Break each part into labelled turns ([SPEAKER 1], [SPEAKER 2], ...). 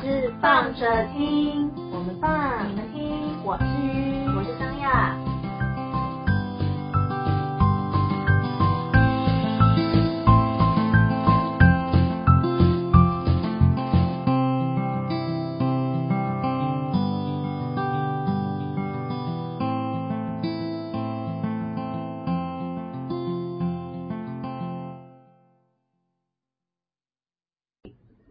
[SPEAKER 1] 是放着听，
[SPEAKER 2] 我们放，
[SPEAKER 1] 你们听。
[SPEAKER 2] 我是
[SPEAKER 1] 我是张亚，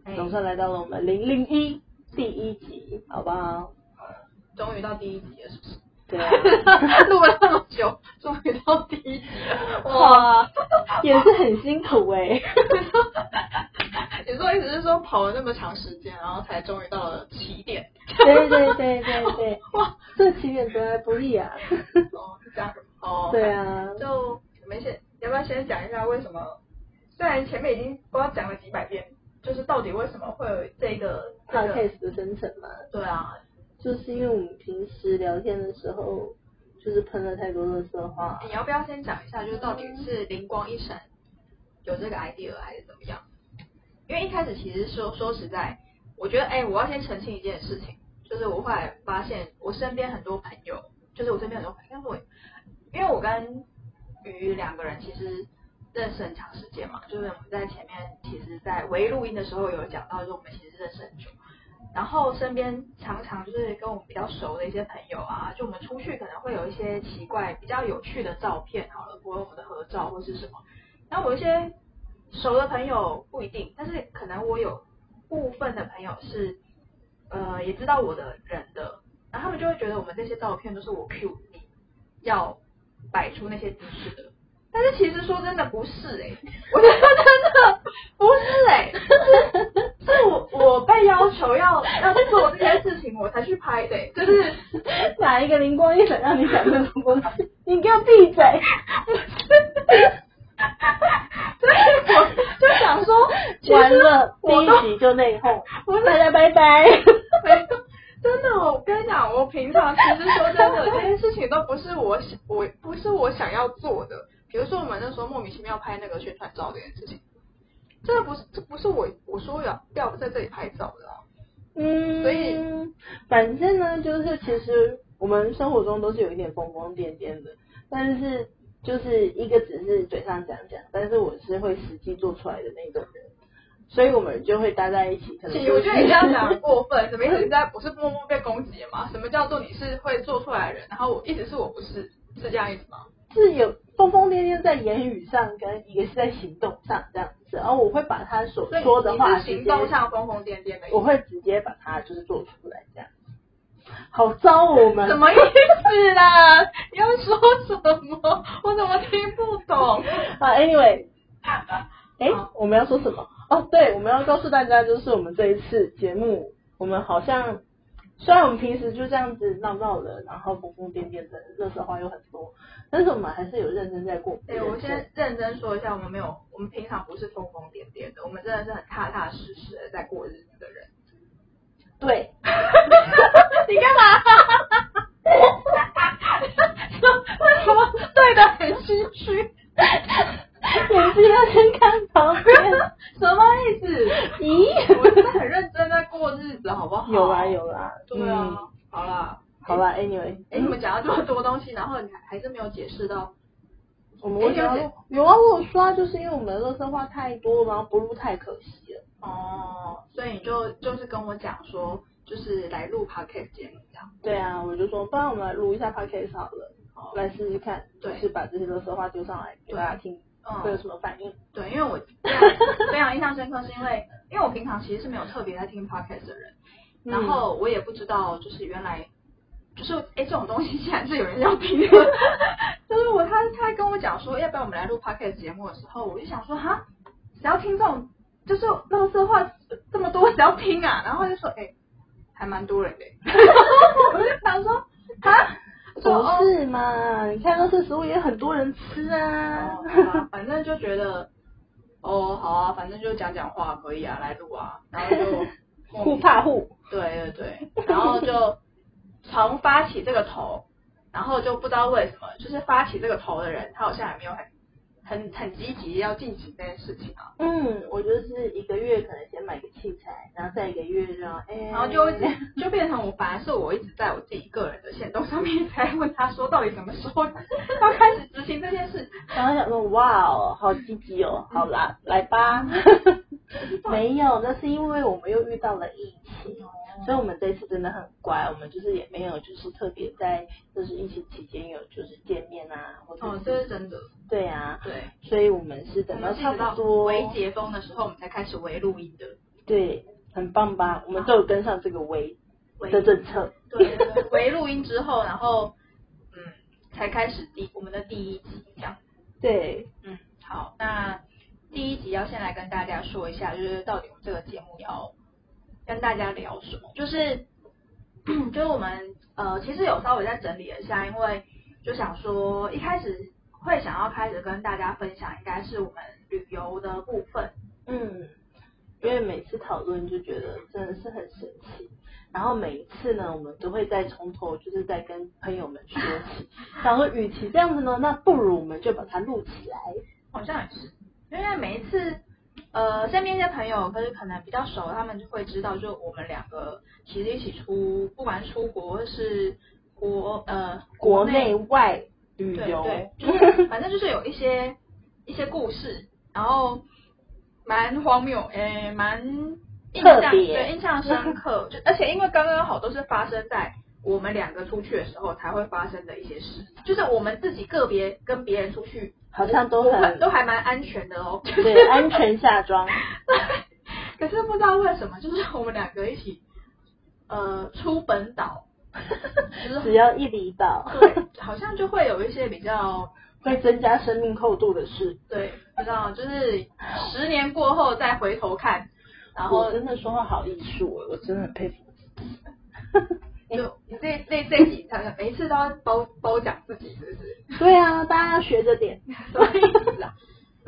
[SPEAKER 1] 哎
[SPEAKER 2] 总算来到了我们零零一第一集，好不好？
[SPEAKER 3] 终于到第一集了，是不是？
[SPEAKER 2] 对 啊，
[SPEAKER 3] 录了那么久，终于到第一集了。哇！
[SPEAKER 2] 哇，也是很辛苦哎、
[SPEAKER 3] 你说意思是说跑了那么长时间，然后才终于到了起点？
[SPEAKER 2] 对对对对对，
[SPEAKER 3] 哇！
[SPEAKER 2] 这起点得来不易啊。
[SPEAKER 3] 哦，是这样。哦，
[SPEAKER 2] 对啊，
[SPEAKER 3] 就我们先要不要先讲一下为什么？虽然前面已经不知道讲了几百遍，就是到底为什么会有这个这个？
[SPEAKER 2] podcast 的生成嘛，
[SPEAKER 3] 对啊，
[SPEAKER 2] 就是因为我们平时聊天的时候，就是喷了太多垃圾话。
[SPEAKER 3] 你要不要先讲一下，就是到底是灵光一闪有这个 idea 还是怎么样？因为一开始其实说说实在，我觉得哎、我要先澄清一件事情，就是我后来发现我身边很多朋友，就是我身边很多朋友，但是我因为我跟鱼两个人其实认识很长时间嘛，就是我们在前面其实，在微录音的时候有讲到，就是我们其实认识很久。然后身边常常就是跟我们比较熟的一些朋友啊，就我们出去可能会有一些奇怪、比较有趣的照片，好了，或者我们的合照或是什么。然后我一些熟的朋友不一定，但是可能我有部分的朋友是，呃，也知道我的人的，然后他们就会觉得我们这些照片都是我 Q 你要摆出那些姿势的。但是其实说真的不是哎、 我觉得真的不是哎、是我我被要求要要做这些事情，我才去拍的、欸就是
[SPEAKER 2] 哪一个灵光一闪让你想这种东西？你给我闭 嘴！
[SPEAKER 3] 所以我就想 说，其实
[SPEAKER 2] 完了，第
[SPEAKER 3] 我都
[SPEAKER 2] 一集就内讧，
[SPEAKER 3] 不是
[SPEAKER 2] 大家拜拜。
[SPEAKER 3] 没有，真的，我跟你讲，我平常其实说真的，这些事情都不是我想，我不是我想要做的。比如说我们那时候莫名其妙拍那个宣传照这件事情，这不是这不是我我说要要在这里拍照的、啊，
[SPEAKER 2] 嗯，
[SPEAKER 3] 所以
[SPEAKER 2] 反正呢，就是其实我们生活中都是有一点疯疯癫癫的，但是就是一个只是嘴上讲讲，但是我是会实际做出来的那种人，所以我们就会搭在一起。可能
[SPEAKER 3] 其
[SPEAKER 2] 就
[SPEAKER 3] 实我
[SPEAKER 2] 是
[SPEAKER 3] 觉得你这样讲很过分，什么意思？你在不是默默被攻击吗？什么叫做你是会做出来的人？然后我一直是我不是，是这样意思吗？
[SPEAKER 2] 是 有疯疯癫癫在言语上，跟一个是在行动上这样子，然后我会把他所
[SPEAKER 3] 所以
[SPEAKER 2] 说的
[SPEAKER 3] 你你
[SPEAKER 2] 话
[SPEAKER 3] 是
[SPEAKER 2] 直
[SPEAKER 3] 行
[SPEAKER 2] 接，
[SPEAKER 3] 动上疯疯癫癫的意思，
[SPEAKER 2] 我会直接把它就是做出来这样。好糟哦我们
[SPEAKER 3] 什么意思啦？你要说什么？我怎么听不懂？
[SPEAKER 2] 啊？Anyway，哎、
[SPEAKER 3] 好
[SPEAKER 2] 我们要说什么？哦，对，我们要告诉大家，就是我们这一次节目，我们好像虽然我们平时就这样子闹闹的，然后疯疯癫癫的，乐色话又很多，但是我们还是有认真在过。
[SPEAKER 3] 对，我先认真说一下，我们没有，我们平常不是疯疯癫癫的，我们真的是很踏踏实实的在过日子的人。
[SPEAKER 2] 对，
[SPEAKER 3] 你干嘛？ 为什么对的很心虚？
[SPEAKER 2] 眼睛要先看旁 边。
[SPEAKER 3] 什么意 思？
[SPEAKER 2] 咦，
[SPEAKER 3] 我真的很认真在过日子，好不好？
[SPEAKER 2] 有啦。有啦，
[SPEAKER 3] 对啊，
[SPEAKER 2] 嗯、
[SPEAKER 3] 好啦。
[SPEAKER 2] 好啦，Anyway，
[SPEAKER 3] 哎、你们讲了这么多东西，然后你还还是没有解释到，
[SPEAKER 2] 我们为什么
[SPEAKER 3] 哎了
[SPEAKER 2] 要
[SPEAKER 3] 解
[SPEAKER 2] 有啊？我有说啊，就是因为我们的乐色话太多，然后不录太可惜了。
[SPEAKER 3] 哦，所以你就就是跟我讲说，就是来录 podcast 节目这样。
[SPEAKER 2] 对啊，我就说，不然我们来录一下 podcast 好了，
[SPEAKER 3] 哦
[SPEAKER 2] 来试试看，就
[SPEAKER 3] 对
[SPEAKER 2] 是把这些乐色话丢上来给大家听，
[SPEAKER 3] 嗯
[SPEAKER 2] 会有什么反应？
[SPEAKER 3] 对，因为 我非常非常印象深刻，是因为因为我平常其实是没有特别在听 podcast 的人，
[SPEAKER 2] 嗯
[SPEAKER 3] 然后我也不知道就是原来就是哎这种东西竟然是有人要听的， 就是我他他跟我讲说要不要我们来录 podcast 节目的时候，我就想说哈，谁要听这种就是乐色话这么多谁要听啊？然后就说哎、还蛮多人的， 我就想说哈，说哦
[SPEAKER 2] 不是嘛？你看乐色食物也很多人吃啊。
[SPEAKER 3] 哦好吧反正就觉得，哦，好啊，反正就讲讲话可以啊，来录啊，然后 就哦
[SPEAKER 2] 互 怕互，
[SPEAKER 3] 对对对，然后就从发起这个头，然后就不知道为什么，就是发起这个头的人，他好像也没有很很很积极要进行这件事情啊，
[SPEAKER 2] 嗯，我就是一个月可能先买个器材，然后再一个月就哎，
[SPEAKER 3] 然后就会就变成我反而是我一直在我自己个人的行动上面在问他说到底怎么说， 要开始执行这件事，
[SPEAKER 2] 然后想说哇哦，好积极哦，好啦，来 吧。没有，那是因为我们又遇到了疫情，哦
[SPEAKER 3] 哦
[SPEAKER 2] 所以我们这次真的很乖，我们就是也没有就是特别在就是疫情期间有就是见面啊，或者
[SPEAKER 3] 哦，
[SPEAKER 2] 是、
[SPEAKER 3] 这是真的，
[SPEAKER 2] 对啊，
[SPEAKER 3] 对。
[SPEAKER 2] 所以我们是
[SPEAKER 3] 我
[SPEAKER 2] 等到
[SPEAKER 3] 们是
[SPEAKER 2] 差
[SPEAKER 3] 直到
[SPEAKER 2] 不多
[SPEAKER 3] 微解封的时候，我们才开始微录音的。
[SPEAKER 2] 对，很棒吧？我们都有跟上这个微
[SPEAKER 3] 微
[SPEAKER 2] 的政策，
[SPEAKER 3] 对，对对微录音之后，然后嗯，才开始第我们的第一集这样。
[SPEAKER 2] 对，
[SPEAKER 3] 嗯，好，那第一集要先来跟大家说一下，就是到底我们这个节目要跟大家聊什么，就是就是我们呃，其实有稍微在整理了一下，因为就想说一开始会想要开始跟大家分享，应该是我们旅游的部分。
[SPEAKER 2] 嗯，因为每次讨论就觉得真的是很神奇。然后每一次呢，我们都会再从头，就是再跟朋友们说起，想说与其这样子呢，那不如我们就把它录起来。
[SPEAKER 3] 好像也是，因为每一次，呃，身边一些朋友，可是可能比较熟，他们就会知道，就我们两个其实一起出，不管是出国或是国呃
[SPEAKER 2] 国内
[SPEAKER 3] 内
[SPEAKER 2] 外旅
[SPEAKER 3] 对
[SPEAKER 2] 游，
[SPEAKER 3] 对，就是反正就是有一些一些故事，然后蛮荒谬，诶、蛮印
[SPEAKER 2] 特
[SPEAKER 3] 象
[SPEAKER 2] 别
[SPEAKER 3] 对印象深 刻，就而且因为刚刚好都是发生在。我们两个出去的时候才会发生的一些事，就是我们自己个别跟别人出去，
[SPEAKER 2] 好像都
[SPEAKER 3] 我我
[SPEAKER 2] 很
[SPEAKER 3] 都还蛮安全的哦。
[SPEAKER 2] 对安全下装，
[SPEAKER 3] 可是不知道为什么，就是我们两个一起，呃，出本岛， 就是
[SPEAKER 2] 只要一离岛，
[SPEAKER 3] 对，好像就会有一些比较
[SPEAKER 2] 会增加生命厚度的事。
[SPEAKER 3] 对，不知道，就是十年过后再回头看，然
[SPEAKER 2] 我
[SPEAKER 3] 后
[SPEAKER 2] 真的说话好艺术哦，我真的很佩服
[SPEAKER 3] 就这这这几他每一次都要褒褒奖自己，是不是？
[SPEAKER 2] 对啊，大家要学着点。
[SPEAKER 3] 所 以啦，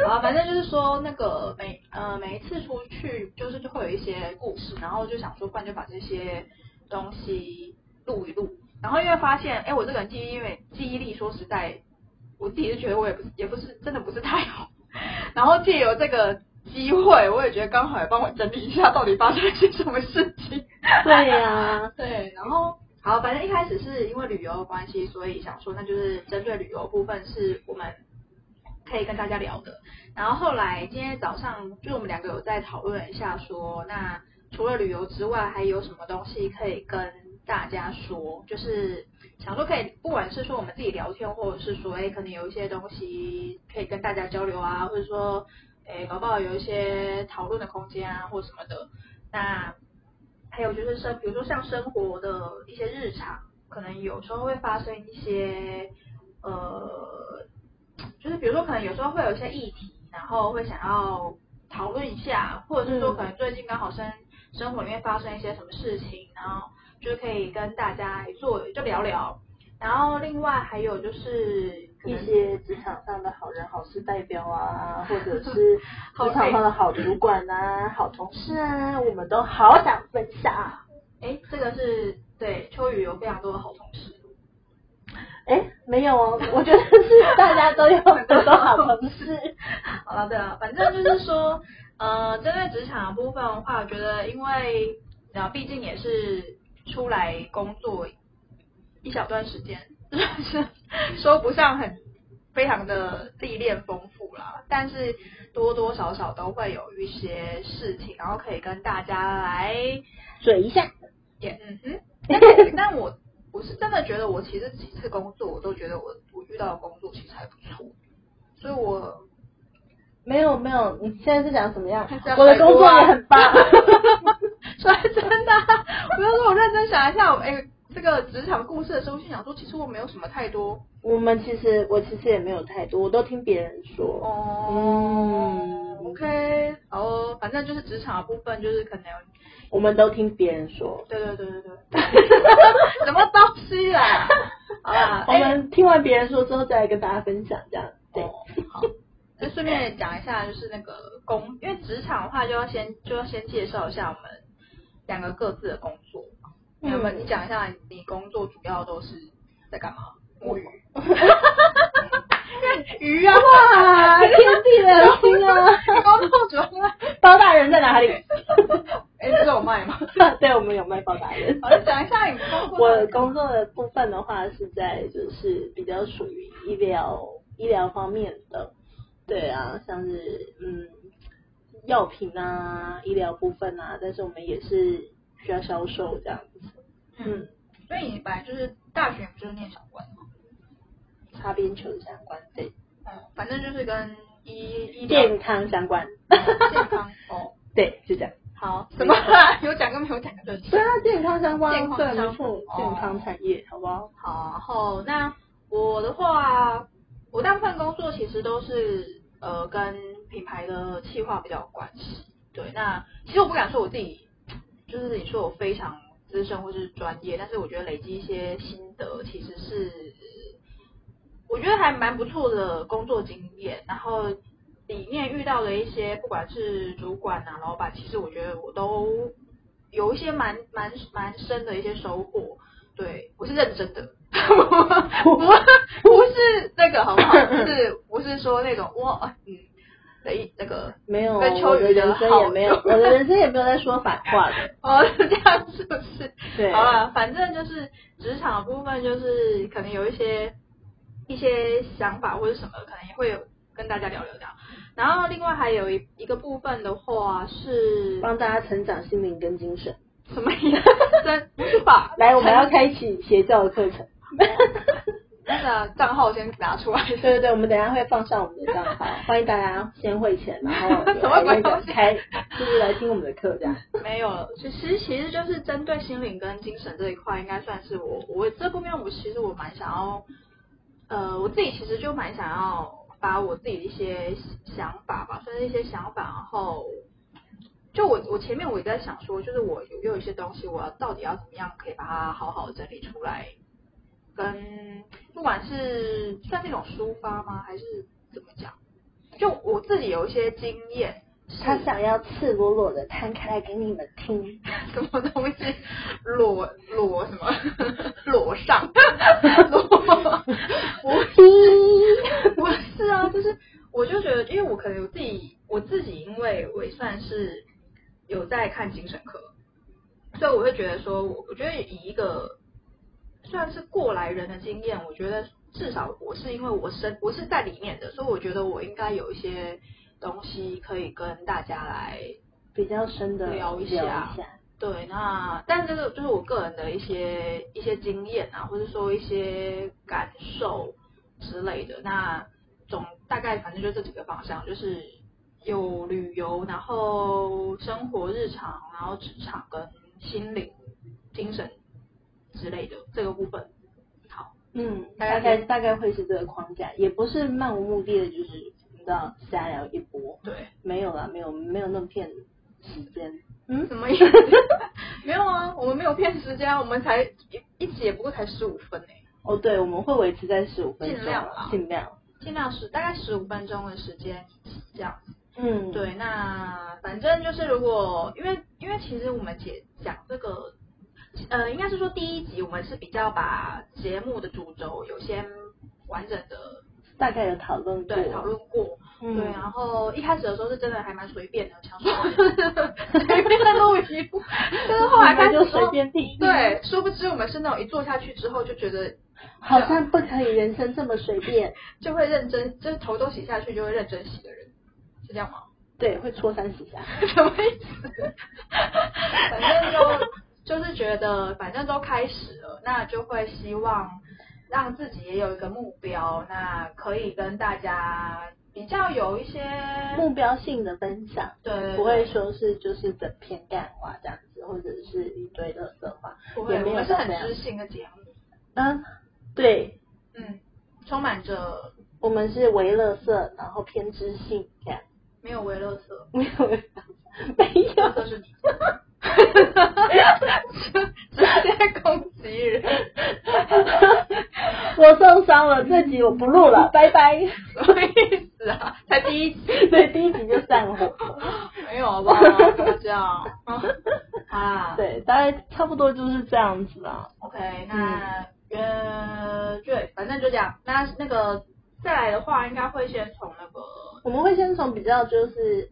[SPEAKER 3] 啊，反正就是说那个每呃每一次出去，就是就会有一些故事，然后就想说，不然就把这些东西录一录。然后因为发现，哎，我这个人记忆，因为记忆力说实在，我自己是觉得我也不是也不是真的不是太好。 然后借由这个机会，我也觉得刚好也帮我整理一下到底发生了些什么事情。
[SPEAKER 2] 对呀、
[SPEAKER 3] 对，然后好，反正一开始是因为旅游的关系，所以想说那就是针对旅游的部分是我们可以跟大家聊的。然后后来今天早上就我们两个有在讨论一下说，那除了旅游之外，还有什么东西可以跟大家说？就是想说可以，不管是说我们自己聊天，或者是说哎，可能有一些东西可以跟大家交流啊，或者说哎，搞不好有一些讨论的空间啊，或什么的。那还有就是生，比如说像生活的一些日常，可能有时候会发生一些呃，就是比如说可能有时候会有一些议题，然后会想要讨论一下，或者是说可能最近刚好生生活里面发生一些什么事情，然后就是可以跟大家做就聊聊。然后另外还有就是可能
[SPEAKER 2] 一些职场上的好人好事代表啊，或者是
[SPEAKER 3] 好
[SPEAKER 2] 职场上的好主管啊、好同事啊，我们都好想分享。
[SPEAKER 3] 哎，这个是对秋雨有非常多的好同事，
[SPEAKER 2] 哎，没有哦，我觉得是 大家都有很多好同事。
[SPEAKER 3] 好了，对了，反正就是说，呃，针对职场的部分的话，我觉得因为然后毕竟也是出来工作一小段时间， 就是说不上很非常的历练丰富啦，但是多多少少都会有一些事情，然后可以跟大家来
[SPEAKER 2] 嘴一下，
[SPEAKER 3] 也嗯哼， 但我但我我是真的觉得，我其实几次工作，我都觉得我我遇到的工作其实还不错，所以我。
[SPEAKER 2] 没有没有，你现在是讲什么样
[SPEAKER 3] 还是要？
[SPEAKER 2] 我的工
[SPEAKER 3] 百
[SPEAKER 2] 作
[SPEAKER 3] 度啊
[SPEAKER 2] 也很 棒。
[SPEAKER 3] 说真的啊、我就说我认真想一下，我哎、这个职场故事的时候，心想说，其实我没有什么太多
[SPEAKER 2] 我们其实我其实也没有太多，我都听别人说。
[SPEAKER 3] 哦、
[SPEAKER 2] 嗯
[SPEAKER 3] OK，哦，反正就是职场的部分，就是可能
[SPEAKER 2] 我们都听别人说。
[SPEAKER 3] 对对对对对， 什么东西啦？ 好啦，
[SPEAKER 2] 我
[SPEAKER 3] 哎
[SPEAKER 2] 们听完别人说之后，再来跟大家分享，这样对。
[SPEAKER 3] 哦好，就顺便也讲一下，就是那个工，因为职场的话，就要先就要先介绍一下我们两个各自的工作。
[SPEAKER 2] 嗯
[SPEAKER 3] 那么你讲一下你工作主要都是 在干嘛？摸鱼。鱼啊！
[SPEAKER 2] 哇， 啊包大人在哪里？
[SPEAKER 3] 哎，这个有卖吗？
[SPEAKER 2] 对，我们有卖包大 人。
[SPEAKER 3] 好，你讲一下你工作。
[SPEAKER 2] 我工作的部分的话是在就是比较属于医疗医疗方面的，对啊，像是嗯药品啊、医疗部分啊，但是我们也是需要销售这样子，
[SPEAKER 3] 嗯，所以你本来就是大学不就是念相关的
[SPEAKER 2] 嗯
[SPEAKER 3] 吗？
[SPEAKER 2] 擦边球相关，对，
[SPEAKER 3] 嗯，反正就是跟医医疗
[SPEAKER 2] 健康相关，
[SPEAKER 3] 健康哦，
[SPEAKER 2] 对，就这样。
[SPEAKER 3] 好，什么 啦有讲跟没有讲的问题
[SPEAKER 2] 对。啊，健康相关，
[SPEAKER 3] 健康
[SPEAKER 2] 对，
[SPEAKER 3] 相
[SPEAKER 2] 没错，
[SPEAKER 3] 关
[SPEAKER 2] 健康产业，好不好？
[SPEAKER 3] 好，然后那我的话，我大部分工作其实都是呃跟品牌的企划比较有关系。对，那其实我不敢说我自己，就是你说我非常资深或是专业，但是我觉得累积一些心得，其实是我觉得还蛮不错的工作经验。然后里面遇到的一些不管是主管啊、老板，其实我觉得我都有一些蛮蛮蛮深的一些收获。对，我是认真的， 我不是那个好不好？是不是说那种我嗯的一那个
[SPEAKER 2] 没有，
[SPEAKER 3] 跟
[SPEAKER 2] 我
[SPEAKER 3] 秋
[SPEAKER 2] 的
[SPEAKER 3] 雨的
[SPEAKER 2] 人生也没有，
[SPEAKER 3] 好
[SPEAKER 2] 我的人生也没有在说反话 的，
[SPEAKER 3] 哦这样是不是？
[SPEAKER 2] 对，
[SPEAKER 3] 好啊了，反正就是职场的部分，就是可能有一些一些想法或者什么，可能也会有跟大家聊聊聊。然后另外还有一一个部分的话是
[SPEAKER 2] 帮大家成长心灵跟精神。
[SPEAKER 3] 什么 呀？真不是吧？
[SPEAKER 2] 来，我们要开启邪教的课程。
[SPEAKER 3] 那个账号先拿出来。
[SPEAKER 2] 对对对，我们等一下会放上我们的账号，欢迎大家先汇钱，然后
[SPEAKER 3] 什么鬼
[SPEAKER 2] 来那
[SPEAKER 3] 东
[SPEAKER 2] 个
[SPEAKER 3] 西
[SPEAKER 2] 开，就是来听我们的课这样。
[SPEAKER 3] 没有，其实其实就是针对心灵跟精神这一块，应该算是我我这方面我其实我蛮想要，呃，我自己其实就蛮想要把我自己的一些想法吧，算是一些想法，然后就我我前面我也在想说，就是我有有一些东西，我要到底要怎么样可以把它好好地整理出来，跟不管是算是一种抒发吗，还是怎么讲，就我自己有一些经验。是
[SPEAKER 2] 他想要赤裸裸的摊开来给你们听，
[SPEAKER 3] 什么东西，裸裸什么 裸上裸， 我不是啊，就是我就觉得，因为我可能我自己我自己，因为我也算是有在看精神科，所以我会觉得说，我我觉得以一个算是过来人的经验，我觉得至少我是因为我身我是在里面的，所以我觉得我应该有一些东西可以跟大家来
[SPEAKER 2] 比较深的
[SPEAKER 3] 聊一
[SPEAKER 2] 一
[SPEAKER 3] 下嗯
[SPEAKER 2] 下，
[SPEAKER 3] 对，那但这个就是我个人的一些一些经验啊，或者说一些感受之类的。那总大概反正就这几个方向，就是有旅游，然后生活日常，然后职场跟心灵、精神之类的这个部分。好，
[SPEAKER 2] 嗯，
[SPEAKER 3] 大概
[SPEAKER 2] 大概大概会是这个框架，也不是漫无目的的，就是你知道瞎聊一波，
[SPEAKER 3] 对，
[SPEAKER 2] 没有啦，没有没有那么骗时间，嗯，
[SPEAKER 3] 什么 意思？没有啊，我们没有骗时间啊，我们才一一起也不过才十五分呢、
[SPEAKER 2] 哦对，我们会维持在十五分钟，
[SPEAKER 3] 尽量啦
[SPEAKER 2] 尽量，
[SPEAKER 3] 尽量是大概十五分钟的时间这样。
[SPEAKER 2] 嗯，，
[SPEAKER 3] 对，那反正就是如果因为因为其实我们姐讲这个，呃，应该是说第一集我们是比较把节目的主轴有先完整的
[SPEAKER 2] 大概有讨论过，
[SPEAKER 3] 对讨论过，
[SPEAKER 2] 嗯，
[SPEAKER 3] 对，啊然后一开始的时候是真的还蛮随便的，想 说随便的录一部，但是后来开
[SPEAKER 2] 嗯那
[SPEAKER 3] 始
[SPEAKER 2] 就
[SPEAKER 3] 说
[SPEAKER 2] 随便听，，
[SPEAKER 3] 对，殊不知我们是那种一做下去之后就觉得
[SPEAKER 2] 好像不可以人生这么随便，
[SPEAKER 3] 就会认真，就是头都洗下去就会认真洗的人，是这样吗？
[SPEAKER 2] 对，会戳三十 下，
[SPEAKER 3] 什么意思？反正就就是觉得，反正都开始了，那就会希望让自己也有一个目标，那可以跟大家比较有一些
[SPEAKER 2] 目标性的分享。
[SPEAKER 3] 对，
[SPEAKER 2] 不会说是就是整篇干话这样子，或者是一堆垃圾话。
[SPEAKER 3] 不会，
[SPEAKER 2] 也没
[SPEAKER 3] 我
[SPEAKER 2] 有
[SPEAKER 3] 们是很
[SPEAKER 2] 到这样
[SPEAKER 3] 知性的节目，
[SPEAKER 2] 嗯，对，
[SPEAKER 3] 嗯，充满着
[SPEAKER 2] 我们是为垃圾，然后偏知性这样，
[SPEAKER 3] 没有为乐色，
[SPEAKER 2] 没有没
[SPEAKER 3] 乐
[SPEAKER 2] 有，
[SPEAKER 3] 色 是你。直接攻击人，
[SPEAKER 2] 我受伤了，这集我不录了，拜拜。
[SPEAKER 3] 什么意思啊？才第一集，
[SPEAKER 2] 对，第一集就散伙。
[SPEAKER 3] 没有 吧？怎么这样？啊，
[SPEAKER 2] 对，嗯大概差不多就是这样子啦。
[SPEAKER 3] OK，那、呃，对，反正就这样。那那个再来的话，应该会先从那个
[SPEAKER 2] 我们会先从比较就是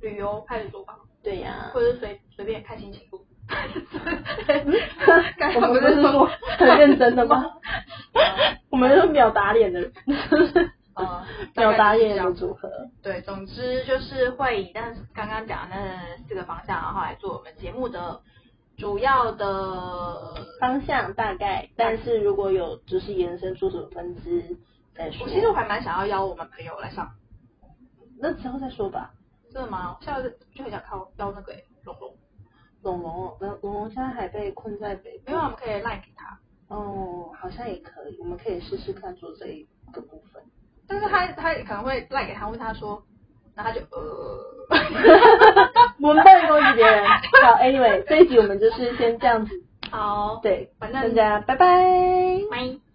[SPEAKER 3] 旅游派出所吧，
[SPEAKER 2] 对呀、
[SPEAKER 3] 或者是随随便看心情 部。刚才
[SPEAKER 2] 我们
[SPEAKER 3] 不
[SPEAKER 2] 不是
[SPEAKER 3] 是
[SPEAKER 2] 说
[SPEAKER 3] 说
[SPEAKER 2] 很认真的吗？我们是秒打脸的人，
[SPEAKER 3] 呃
[SPEAKER 2] 秒打
[SPEAKER 3] 大概就是这
[SPEAKER 2] 脸的
[SPEAKER 3] 样
[SPEAKER 2] 组合。
[SPEAKER 3] 对，总之就是会以但是刚刚讲的那四个方向，然后来做我们节目的主要的。
[SPEAKER 2] 方向大概，但是如果有就是延伸出什么分支再说。
[SPEAKER 3] 我其实我还蛮想要邀我们朋友来上，
[SPEAKER 2] 那之后再说吧。
[SPEAKER 3] 真的吗？下次就很想靠邀那个欸龙龙，
[SPEAKER 2] 龙龙哦，那龙龙现在还被困在北部
[SPEAKER 3] 因为。我们可以赖给他，
[SPEAKER 2] 哦，好像也可以，我们可以试试看做这一个部分。
[SPEAKER 3] 但是他他可能会赖给他，问他说，然后他就呃，
[SPEAKER 2] 啊我们到底攻击别人？好，Anyway，这一集我们就是先这样子，
[SPEAKER 3] 好，
[SPEAKER 2] 对，
[SPEAKER 3] 反
[SPEAKER 2] 大
[SPEAKER 3] 正
[SPEAKER 2] 家拜拜。
[SPEAKER 3] 拜。